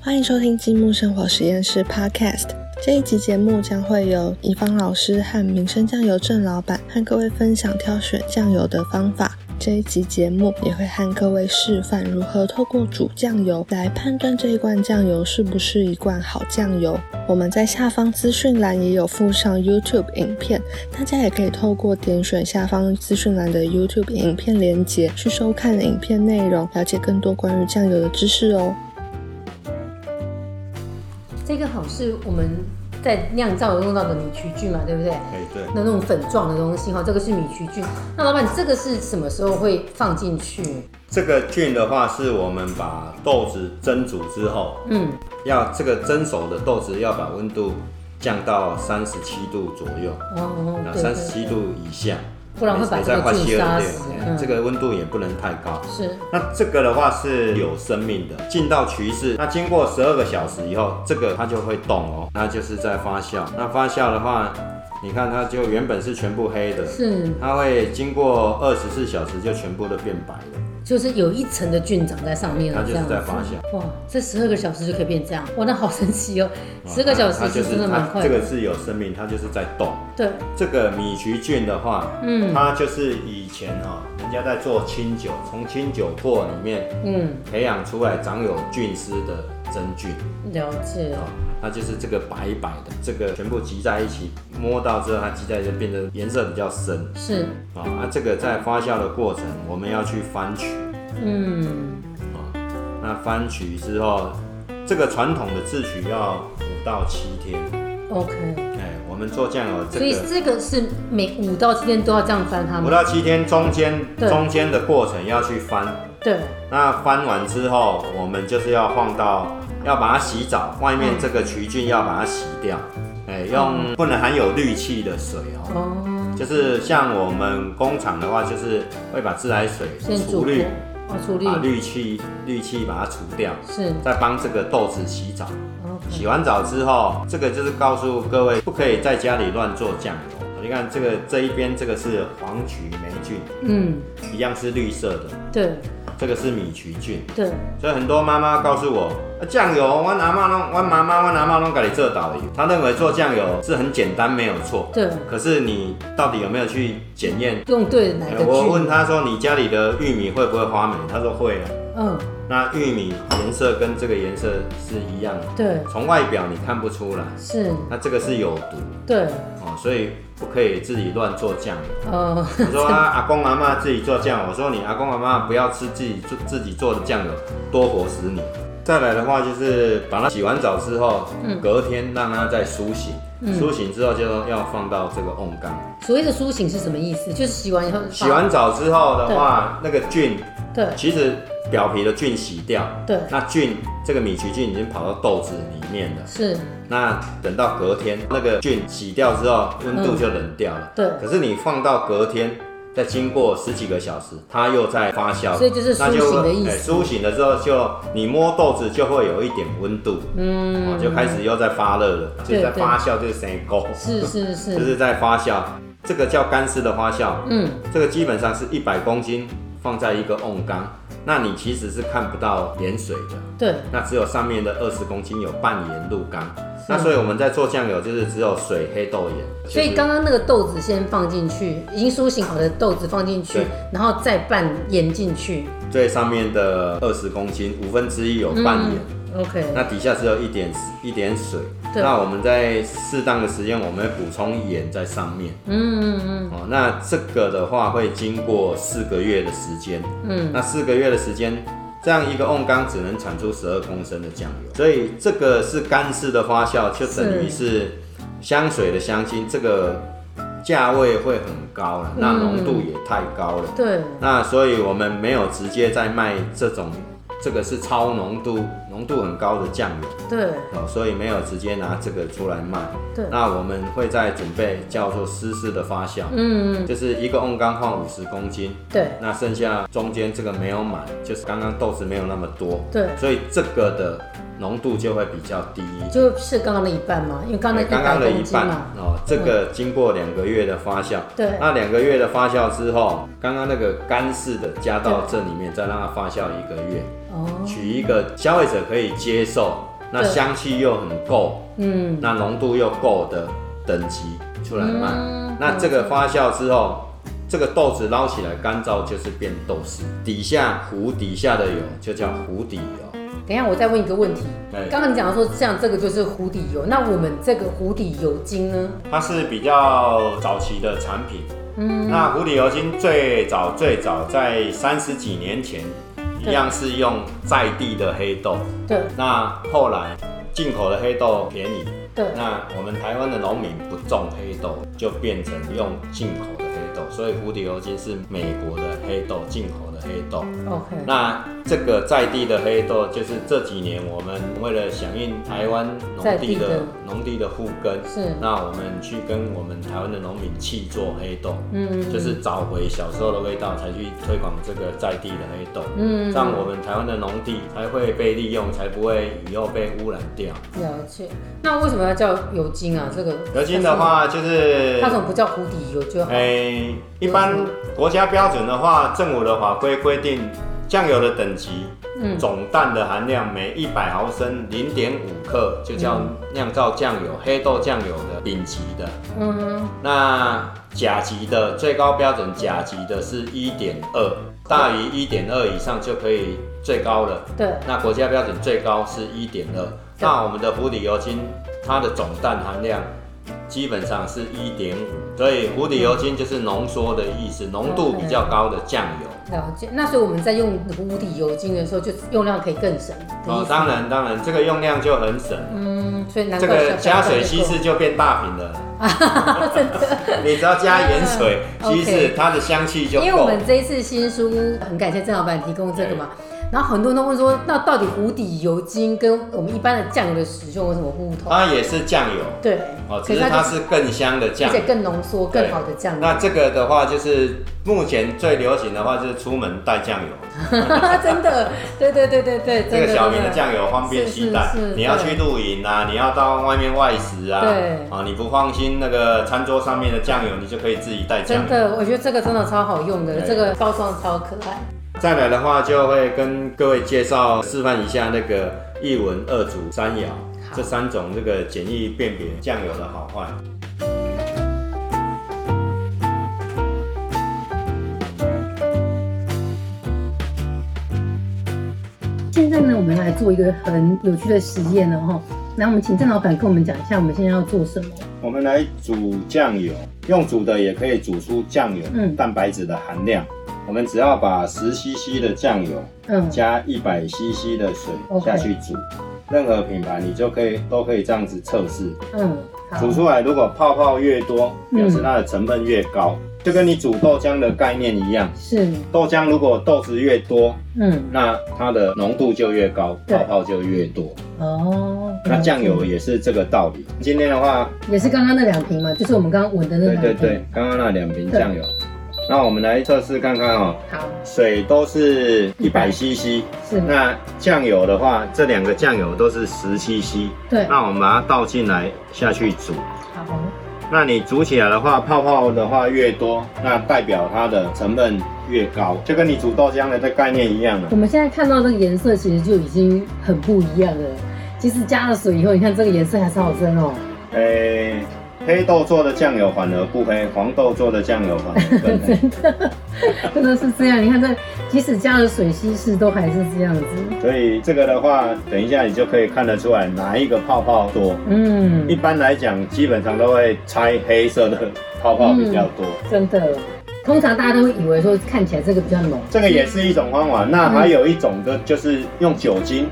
欢迎收听积木生活实验室 Podcast。这一集节目将会由怡芳老师和民生酱油郑老板和各位分享挑选酱油的方法。这一集节目也会和各位示范如何透过煮酱油来判断这一罐酱油是不是一罐好酱油。我们在下方资讯栏也有附上 YouTube 影片，大家也可以透过点选下方资讯栏的 YouTube 影片连结去收看影片内容，了解更多关于酱油的知识哦。这个好是我们在酿造油用到的米曲菌嘛，对不对？哎，对，那那种粉状的东西哈，这个是米曲菌。那老板，这个是什么时候会放进去？这个菌的话，是我们把豆子蒸煮之后，嗯，要这个蒸熟的豆子要把温度降到三十七度左右，哦，那对三十对，七度以下，哎不然会把也这在个换菌吸杀二死。点，嗯，这个温度也不能太高。是那这个的话是有生命的，进到曲室，那经过十二个小时以后，这个它就会动哦，那就是在发酵。那发酵的话，你看它就原本是全部黑的，是，它会经过二十四小时就全部都变白了。就是有一层的菌长在上面了，它这就是样子在发酵。哇，这十二个小时就可以变这样，哇，那好神奇 哦！十个小时它其就实真是的蛮它快这的。个是有生命，它就是在动。对，这个米曲菌的话，嗯，它就是以前哈、人家在做清酒，从清酒粕里面嗯，培养出来长有菌丝的真菌了解啊、。它就是这个白白的，这个全部集在一起，摸到之后它集在一起变得颜色比较深是，啊、那这个在发酵的过程，我们要去翻曲。嗯，啊、那翻曲之后，这个传统的制曲要五到七天。 OK，哎，我们做酱油这所以个这个是每五到七天都要这样翻它五吗？到七天中间对中间的过程要去翻，对，那翻完之后，我们就是要放到要把它洗澡，外面这个曲菌要把它洗掉。哎，用不能含有氯气的水哦，哦，就是像我们工厂的话，就是会把自来水先除煮氯，过，哦，除把绿氯气氯气把它除掉，是再帮这个豆子洗澡。洗，OK，完澡之后，这个就是告诉各位，不可以在家里乱做酱油。你看这个这一边，这个是黄曲霉菌，嗯，一样是绿色的，对这个是米曲菌。对，所以很多妈妈告诉我，啊酱、油，我阿妈弄，我妈妈我阿妈弄给你做导游，她认为做酱油是很简单，没有错。对可是你到底有没有去检验？用对哪个呃我问菌？她说，你家里的玉米会不会发霉？她说会啊。嗯，那玉米颜色跟这个颜色是一样的，对，从外表你看不出来。是，那这个是有毒对，哦，所以不可以自己乱做酱 油。呃，我说啊，阿公阿妈自己做酱油，我说你阿公阿妈不要吃自己做自己做的酱油，多活死你。再来的话就是把它洗完澡之后，隔天让它再苏醒，苏醒之后就要放到这个瓮缸。所谓的苏醒是什么意思？就是洗完以后，洗完澡之后的话，那个菌对其实表皮的菌洗掉，对那菌这个米曲菌已经跑到豆子里面了。是，那等到隔天那个菌洗掉之后，温度就冷掉了。嗯对可是你放到隔天，再经过十几个小时，它又在发酵，所以就是苏那就醒的意思哎苏醒了之后就，你摸豆子就会有一点温度，嗯，哦，就开始又在发热了，就对是在发酵，就是生沟，是是，就是是在发酵。这个叫干式的发酵，嗯，这个基本上是一百公斤放在一个瓮缸，那你其实是看不到盐水的。对，那只有上面的二十公斤有半盐入缸。那所以我们在做酱油就是只有水、黑豆盐。所以就是刚刚那个豆子先放进去，已经苏醒好的豆子放进去对，然后再拌盐进去最上面的二十公斤五分之一有嗯半盐， ，OK，那底下只有一点一点水。对那我们在适当的时间，我们会补充盐在上面。嗯嗯哦，那这个的话会经过四个月的时间，嗯，那四个月的时间，这样一个瓮缸只能产出十二公升的酱油，所以这个是干式的发酵，就等于是香水的香精，这个价位会很高了，那浓度也太高了，嗯，对，那所以我们没有直接在卖这种，这个是超浓度、浓度很高的酱油。对哦，所以没有直接拿这个出来卖。对那我们会再准备叫做湿式的发酵，嗯，就是一个瓮缸放五十公斤，对那剩下中间这个没有满，就是刚刚豆子没有那么多，对所以这个的浓度就会比较低一点。就是刚刚的一半嘛，因为刚刚对刚那一刚的百一公斤半嘛，哦，这个经过两个月的发酵，对那两个月的发酵之后，刚刚那个干式的加到这里面，再让它发酵一个月，哦，取一个消费者可以接受，那对香气又很够，嗯，那浓度又够的等级出来卖。嗯那这个发酵之后，这个豆子捞起来干燥就是变豆豉，底下糊底下的油就叫糊底油。等一下我再问一个问题哎，刚刚你讲到说像这个就是湖底油，那我们这个湖底油精呢？它是比较早期的产品。嗯，那湖底油精最早最早在三十几年前，一对样是用在地的黑豆。对那后来进口的黑豆便宜，对，那我们台湾的农民不种黑豆，就变成用进口的黑豆，所以湖底油精是美国的黑豆，进口的黑豆。 OK，那这个在地的黑豆，就是这几年我们为了响应台湾农在地地的的农地的护耕，是那我们去跟我们台湾的农民去做黑豆，嗯就是找回小时候的味道，才去推广这个在地的黑豆，嗯让我们台湾的农地才会被利用，才不会以后被污染掉。了解。那为什么要叫油精啊？这个油精的，话，哎就是它怎么不叫湖底油就好？诶、一般国家标准的话，政府的法规规定，酱油的等级，嗯总氮的含量每一百毫升零点五克，就叫酿造酱油、黑豆酱油的丙级的。嗯，那甲级的最高标准，甲级的是一点二，大于一点二以上就可以最高了。对，那国家标准最高是一点二，那我们的湖底油精它的总氮含量基本上是一点五，所以湖底油精就是浓缩的意思，浓度比较高的酱油。了解。那所以我们在用湖底油精的时候，就用量可以更省的意哦，思。当然当然，这个用量就很省，嗯，所以难这怪个小加小水的稀时候释就变大瓶了。 你只要加盐水嗯稀释 OK，它的香气就因为我够。们这一次新书很感谢郑老板提供这个嘛，然后很多人都问说，那到底湖底油精跟我们一般的酱油的使用有什么不同？它也是酱油对，啊哦，可只是是它它就是是更香的而酱且更浓缩、更对好的酱那这个的话，就是目前最流行的话，就是出门带酱油。油， 真的，对对对对对，这真个小明真的酱油方便携带是是是，你要去露营啊，你要到外面外食啊，对啊，你不放心那个餐桌上面的酱油，你就可以自己带酱真油。的，我觉得这个真的超好用的，对这个包装超可爱。再来的话，就会跟各位介绍示范一下那个一文二组三爻好这三种这个简易辨别酱油的好坏。现在呢，我们来做一个很有趣的实验了哈。那我们请郑老板跟我们讲一下，我们现在要做什么？我们来煮酱油，用煮的也可以煮出酱油嗯蛋白质的含量。我们只要把十 CC 的酱油嗯加一百 CC 的水 OK 下去煮任何品牌你就可以都可以这样子测试。嗯，煮出来如果泡泡越多，嗯表示它的成分越高，就跟你煮豆浆的概念一样。是，豆浆如果豆子越多，嗯，那它的浓度就越高，对泡泡就越多。哦，那酱油也是这个道理。今天的话，也是刚刚那两瓶嘛，就是我们刚刚闻的那对两对瓶。对，刚刚那两瓶酱油，那我们来测试看看哦、好，水都是一百 CC，是，那酱油的话，这两个酱油都是十七 C，对，那我们把它倒进来下去煮。好，那你煮起来的话，泡泡的话越多，那代表它的成分越高，就跟你煮豆浆的这概念一样了我。们现在看到这个颜色，其实就已经很不一样了。其实加了水以后，你看这个颜色还是好深哦。诶、黑豆做的酱油反而不黑，黄豆做的酱油反而更 黑。真的，真的是这样。你看这，即使加了水稀释，都还是这样子。所以这个的话，等一下你就可以看得出来哪一个泡泡多。一嗯，般来讲，基本上都会猜黑色的泡泡比较多。真的。通常大家都会以为说看起来这个比较浓这个也是一种方法。那还有一种的就是用酒精，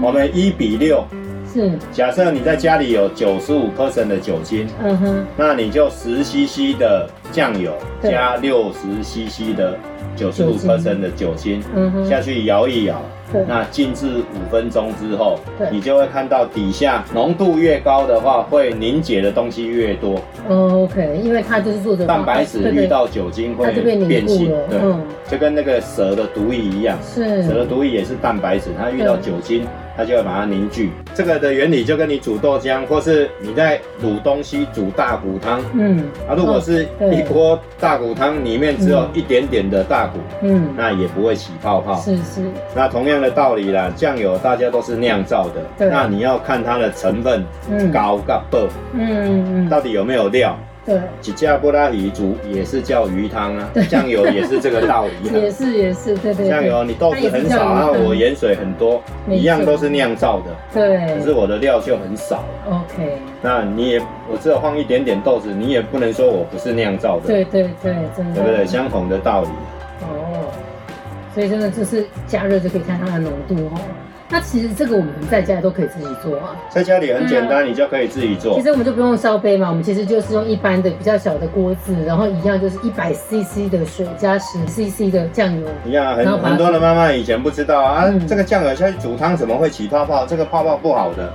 我哦，们一比六，是，假设你在家里有九十五的酒精，嗯哼，那你就十 CC 的酱油对加六十 CC 的九十酒五精的酒精嗯哼，下去摇一摇。对那静置五分钟之后对，你就会看到底下浓度越高的话，会凝结的东西越多，哦，OK，因为它就是做的蛋白质遇到酒精它会就变凝变固性了，，对，嗯，就跟那个蛇的毒液一样。蛇的是，毒液也是蛋白质，它遇到酒精，它就会把它凝聚。这个的原理就跟你煮豆浆，或是你在卤东西煮大骨汤嗯啊，如果是对一锅大骨汤里面只有一点点的大骨，嗯，那也不会起泡泡。是是，那同样的道理啦，酱油大家都是酿造的，对那你要看它的成分嗯高高不，嗯嗯，到底有没有料。对，几架布拉鱼煮也是叫鱼汤啊，酱油也是这个道 理、啊。也是也是，对对酱对，油你豆子很它也是少，酱油然后嗯我盐水很多，没错一样都是酿造的，可是对我的料就很少了。 ，OK，那你也，我只有放一点点豆子，你也不能说我不是酿造的，对对对，真对不对？的，相同的道理。哦，所以真的就是加热就可以看它的浓度哦。那其实这个我们在家都可以自己做啊，在家里很简单，你就可以自己嗯做其。实我们就不用烧杯嘛，我们其实就是用一般的比较小的锅子，然后一样就是一百 CC 的水加十 CC 的酱油，你看啊，然后很把它很多的妈妈以前不知道啊，嗯这个酱油下去煮汤怎么会起泡泡？这个泡泡不 好的。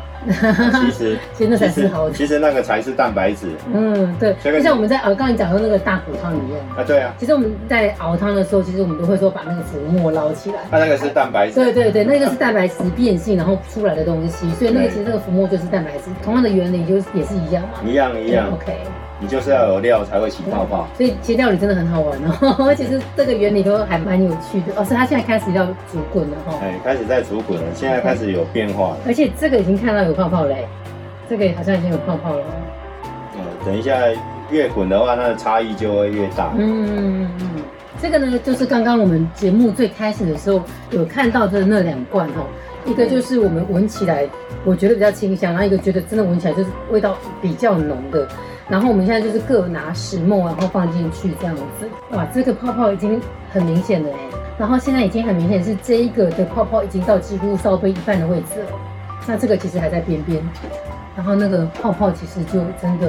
其实，其 实那才是好的其实那个才是蛋白质。嗯，对，这个就像我们在熬刚才讲到那个大骨汤一样，啊，对啊，其实我们在熬汤的时候，其实我们都会说把那个浮沫捞起来。啊它那个是蛋白质。对对对，那个是蛋白质变性然后出来的东西，所以那个对其实这个浮沫就是蛋白质，同样的原理就是也是一样嘛。一样一样嗯，OK，你就是要有料才会起泡泡。所以其实料理真的很好玩哦， 而且是这个原理都还蛮有趣的。哦，是它现在开始要煮滚了哈、哦，哎，开始在煮滚了，现在开始有变化了。而且这个已经看到有泡泡嘞，这个好像已经有泡泡了哦。呃，等一下越滚的话，它的差异就会越大。嗯，这个呢，就是刚刚我们节目最开始的时候有看到的那两罐哦，一个就是我们闻起来我觉得比较清香，然后一个觉得真的闻起来就是味道比较浓的。然后我们现在就是各拿十沫，然后放进去这样子。哇，这个泡泡已经很明显了哎，然后现在已经很明显是这一个的泡泡已经到几乎烧杯一半的位置了。那这个其实还在边边，然后那个泡泡其实就真的，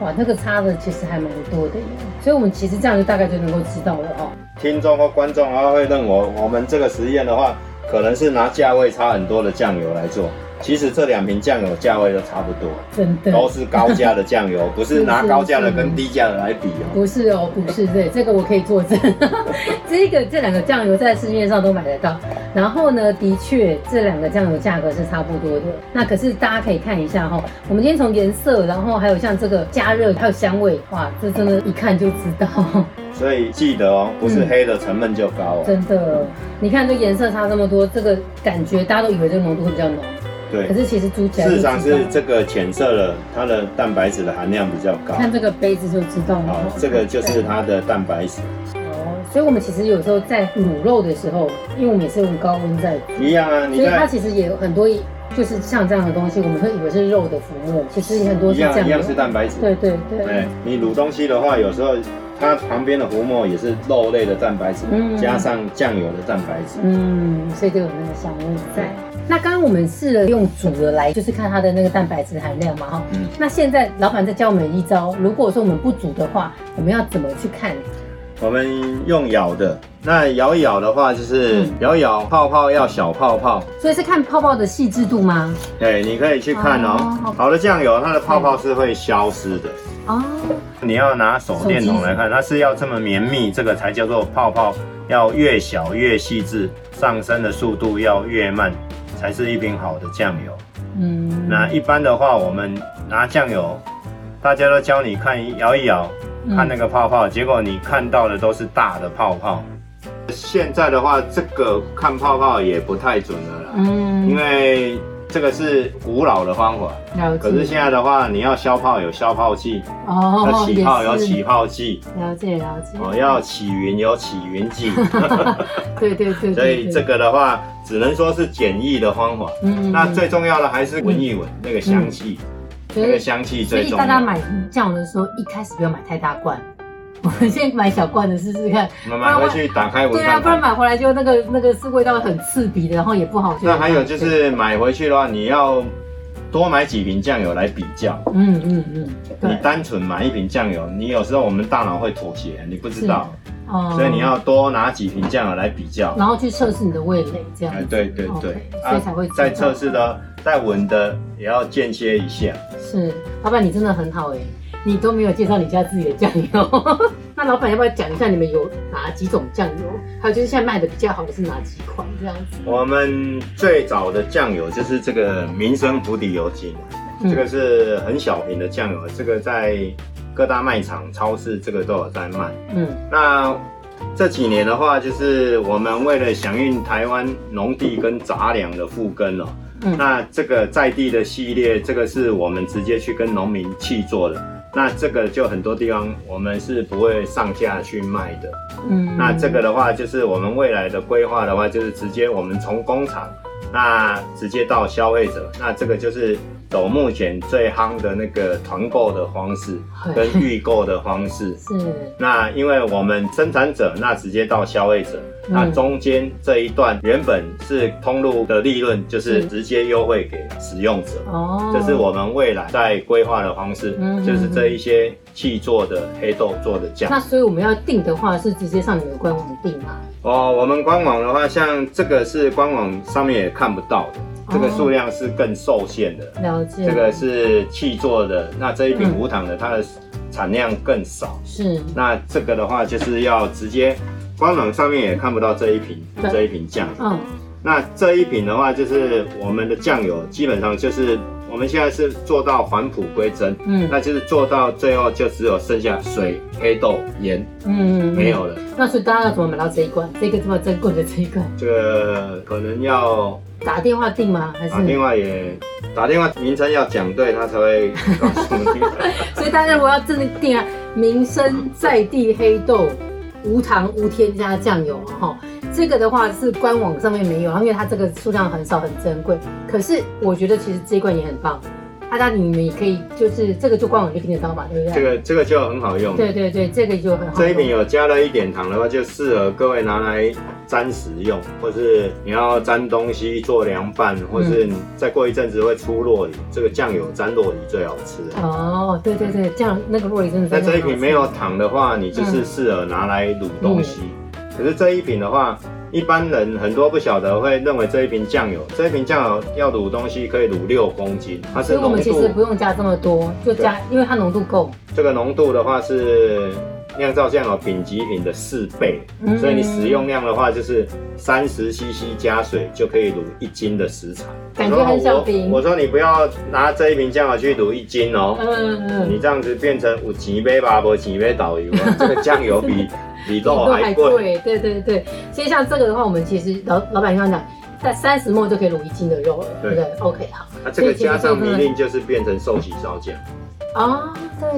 哇，那个差的其实还蛮多的耶，所以我们其实这样就大概就能够知道了哦。听众或观众他会认为我们这个实验的话，可能是拿价位差很多的酱油来做。其实这两瓶酱油价位都差不多，真的都是高价的 酱油，不是拿高价的跟低价的来比哦。不是哦，不是对，这个我可以作证。 这个这两个酱油在市面上都买得到，然后呢，的确这两个酱油价格是差不多的。那可是大家可以看一下哈、我们今天从颜色，然后还有像这个加热，还有香味，哇，这真的，一看就知道。所以记得哦，不是黑的成分就高哦。嗯真的，你看这颜色差这么多，这个感觉大家都以为这个浓度会比较浓，对可，是其实煮起来就事实知道上是这个浅色的，它的蛋白质的含量比较高。看这个杯子就知道了。好，哦这个就是它的蛋白质。哦，所以我们其实有时候在卤肉的时候，因为我们也是用高温在煮，一样啊，你所以它在其实也有很多就是像这样的东西，我们会以为是肉的浮沫，其实很多一是样酱一油样。是蛋白质。对对对，哎，你卤东西的话，有时候它旁边的浮沫也是肉类的蛋白质，嗯加上酱油的蛋白质。嗯，所以就有那个香味在。那刚刚我们试了用煮的来，就是看它的那个蛋白质含量嘛，哈。嗯那现在老板在教我们一招，如果说我们不煮的话，我们要怎么去看？我们用舀的，那舀一舀的话，就是嗯舀一舀泡泡要小泡泡。所以是看泡泡的细致度吗？哎，你可以去看哦哦，好的酱油它的泡泡是会消失的。哦，你要拿手电筒来看，它是要这么绵密，这个才叫做泡泡，要越小越细致，上升的速度要越慢，才是一瓶好的酱油。嗯，那一般的话，我们拿酱油，大家都教你看摇一摇，嗯看那个泡泡，结果你看到的都是大的泡泡。现在的话，这个看泡泡也不太准了啦，嗯，因为这个是古老的方法。了解。可是现在的话，你要消泡有消泡器，要哦，起泡有也是嗯起泡剂，了解了解。哦，要起云有起云剂， 对对对对对。所以这个的话，只能说是简易的方法。嗯，嗯，那嗯最重要的还是闻一闻那个香气，所那个以香气所最以重大家要。买酱油的时候，一开始不要买太大罐， 我们先买小罐的试试看。我们买回去打开闻对啊，看不然看。买回来就那个那个是味道很刺鼻的，然嗯后也不好。那还有就，是买回去的话，你要多买几瓶酱油来比较。嗯嗯嗯，你对，单纯买一瓶酱油，你有时候我们大脑会妥协，你不知道，哦所以你，要多拿几瓶酱油来比较。然后去测试你的味蕾，这样哎子。，对对对 OK，，所以才会知道在测试的，哦在闻的也要间歇一下。是，老板你真的很好哎、你都没有介绍你家自己的酱油。那 那老板要不要讲一下你们有哪几种酱油？还有就是现在卖的比较好的是哪几款这样子？我们最早的酱油就是这个民生府邸油精，嗯这个是很小瓶的酱油，这个在各大卖场、超市这个都有在卖。嗯那这几年的话，就是我们为了响应台湾农地跟杂粮的复耕哦，嗯那这个在地的系列，这个是我们直接去跟农民去做的。那这个就很多地方我们是不会上架去卖的。嗯那这个的话，就是我们未来的规划的话，就是直接我们从工厂，那直接到消费者，那这个就是走目前最夯的那个团购的方式跟预购的方式。是那因为我们生产者，那直接到消费者，嗯那中间这一段原本是通路的利润，就是是直接优惠给使用者。哦，这是我们未来在规划的方式嗯，就是这一些气做的黑豆做的酱那。所以我们要订的话是直接上你们的官网订嘛？哦，我们官网的话，像这个是官网上面也看不到的，哦这个数量是更受限的。了解，这个是气做的，那这一瓶嗯无糖的，它的产量更少。是那这个的话就是要直接，官网上面也看不到这一瓶对这一瓶酱。嗯那这一瓶的话，就是我们的酱油基本上就是我们现在是做到返璞归真，嗯那就是做到最后就只有剩下水、黑豆、盐嗯没。有了。那所以大家要怎么买到这一罐？这个这么珍贵的这一罐，这个可能要打电话订吗？还是？打电话也打电话名称要讲对，他才会告诉 你。所以大家如果要真的订啊，民生在地黑豆，无糖无添加酱油哈、哦，这个的话是官网上面没有，因为它这个数量很少，很珍贵。可是我觉得其实这一罐也很棒，大家你们也可以就是这个就官网就订得到嘛，对不对？这个这个就很好用。对对对，这个就很好用。这一瓶有加了一点糖的话，就适合各位拿来沾食用，或是你要沾东西做凉拌，或是你再过一阵子会出洛梨，这个酱油沾洛梨最好吃。哦，对对对，这样那个洛梨真的那非常好这吃。一瓶没有糖的话，你就是适合拿来卤东西。可是这一瓶的话，一般人很多不晓得会认为这一瓶酱油，这一瓶酱油要卤东西可以卤六公斤，它是所以我浓们其实不度用加这么多，就加，因为它浓度够。这个浓度的话是酿造酱油丙级品的四倍。嗯所以你使用量的话，就是三十 CC 加水就可以卤一斤的食材。感觉很小瓶我说我说你不要拿这一瓶酱油去卤一斤哦，嗯嗯你这样子变成五级杯吧，不级杯导游 啊，这个酱油比比肉都还还贵。贵，对对对。所以像这个的话，我们其实老老板刚刚讲，在三十沫就可以卤一斤的肉了，对对不对？OK，好。那、啊这个加上米令就是变成寿喜烧酱，哦，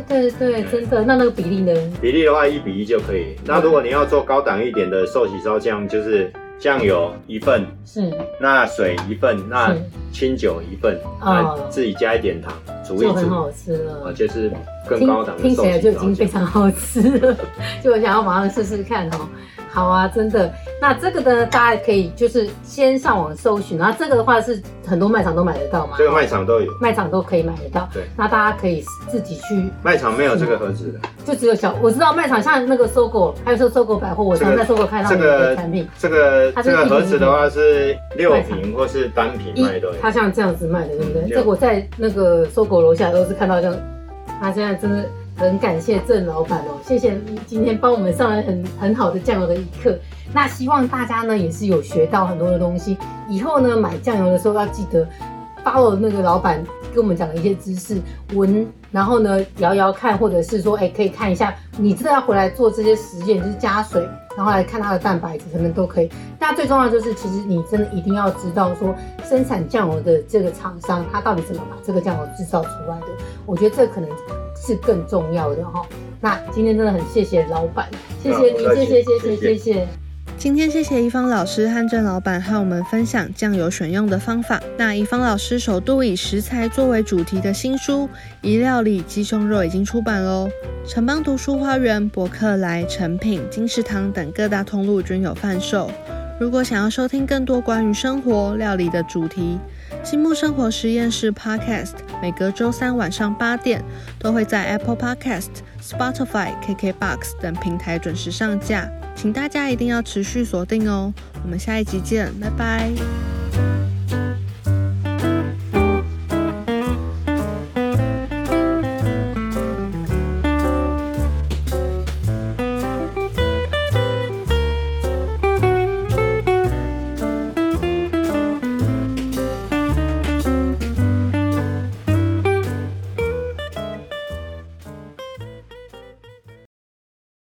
对对对，真的。那那个比例呢？比例的话一比一就可以。那如嗯果你要做高档一点的寿喜烧酱，就是酱油一份，是那水一份，那是清酒一份，哦那自己加一点糖，煮一就很煮。好吃啊，了。就是更听高档的听起来就已寿经喜烧非酱常好吃 了，就我想要马上试试看哦。好 啊，真的。那这个呢，大家可以就是先上网搜寻，然后这个的话是很多卖场都买得到嘛，这个卖场都有，卖场都可以买得到。对那大家可以自己去卖场没有这个盒子的。就只有小，我知道卖场像那个搜狗，还有说搜狗百货，我这常个在搜狗看到这你们的个产品，这个它是这个盒子的话是六瓶或是单瓶卖都有。它像这样子卖的，对不对？嗯这个我在那个搜狗楼下都是看到这样，他现在真的很感谢郑老板哦，谢谢你今天帮我们上了很很好的酱油的一课。那希望大家呢也是有学到很多的东西，以后呢买酱油的时候要记得 follow 那个老板跟我们讲的一些知识，闻，然后呢摇摇看，或者是说，哎，可以看一下，你真的要回来做这些实验，就是加水，然后来看它的蛋白质什么都可以。那最重要的就是，其实你真的一定要知道说，生产酱油的这个厂商，它到底怎么把这个酱油制造出来的。我觉得这可能是更重要的哈、那今天真的很谢谢老板，谢谢你，好谢谢谢谢谢谢谢谢谢谢。今天谢谢一方老师和郑老板和我们分享酱油选用的方法。那一方老师首度以食材作为主题的新书《一料理鸡胸肉》已经出版喽。城邦图书花园、博客来、诚品、金石堂等各大通路均有贩售。如果想要收听更多关于生活料理的主题，新木生活实验室 Podcast 每隔周三晚上八点都会在 Apple Podcast、Spotify、KKBox 等平台准时上架，请大家一定要持续锁定哦。我们下一集见，拜拜。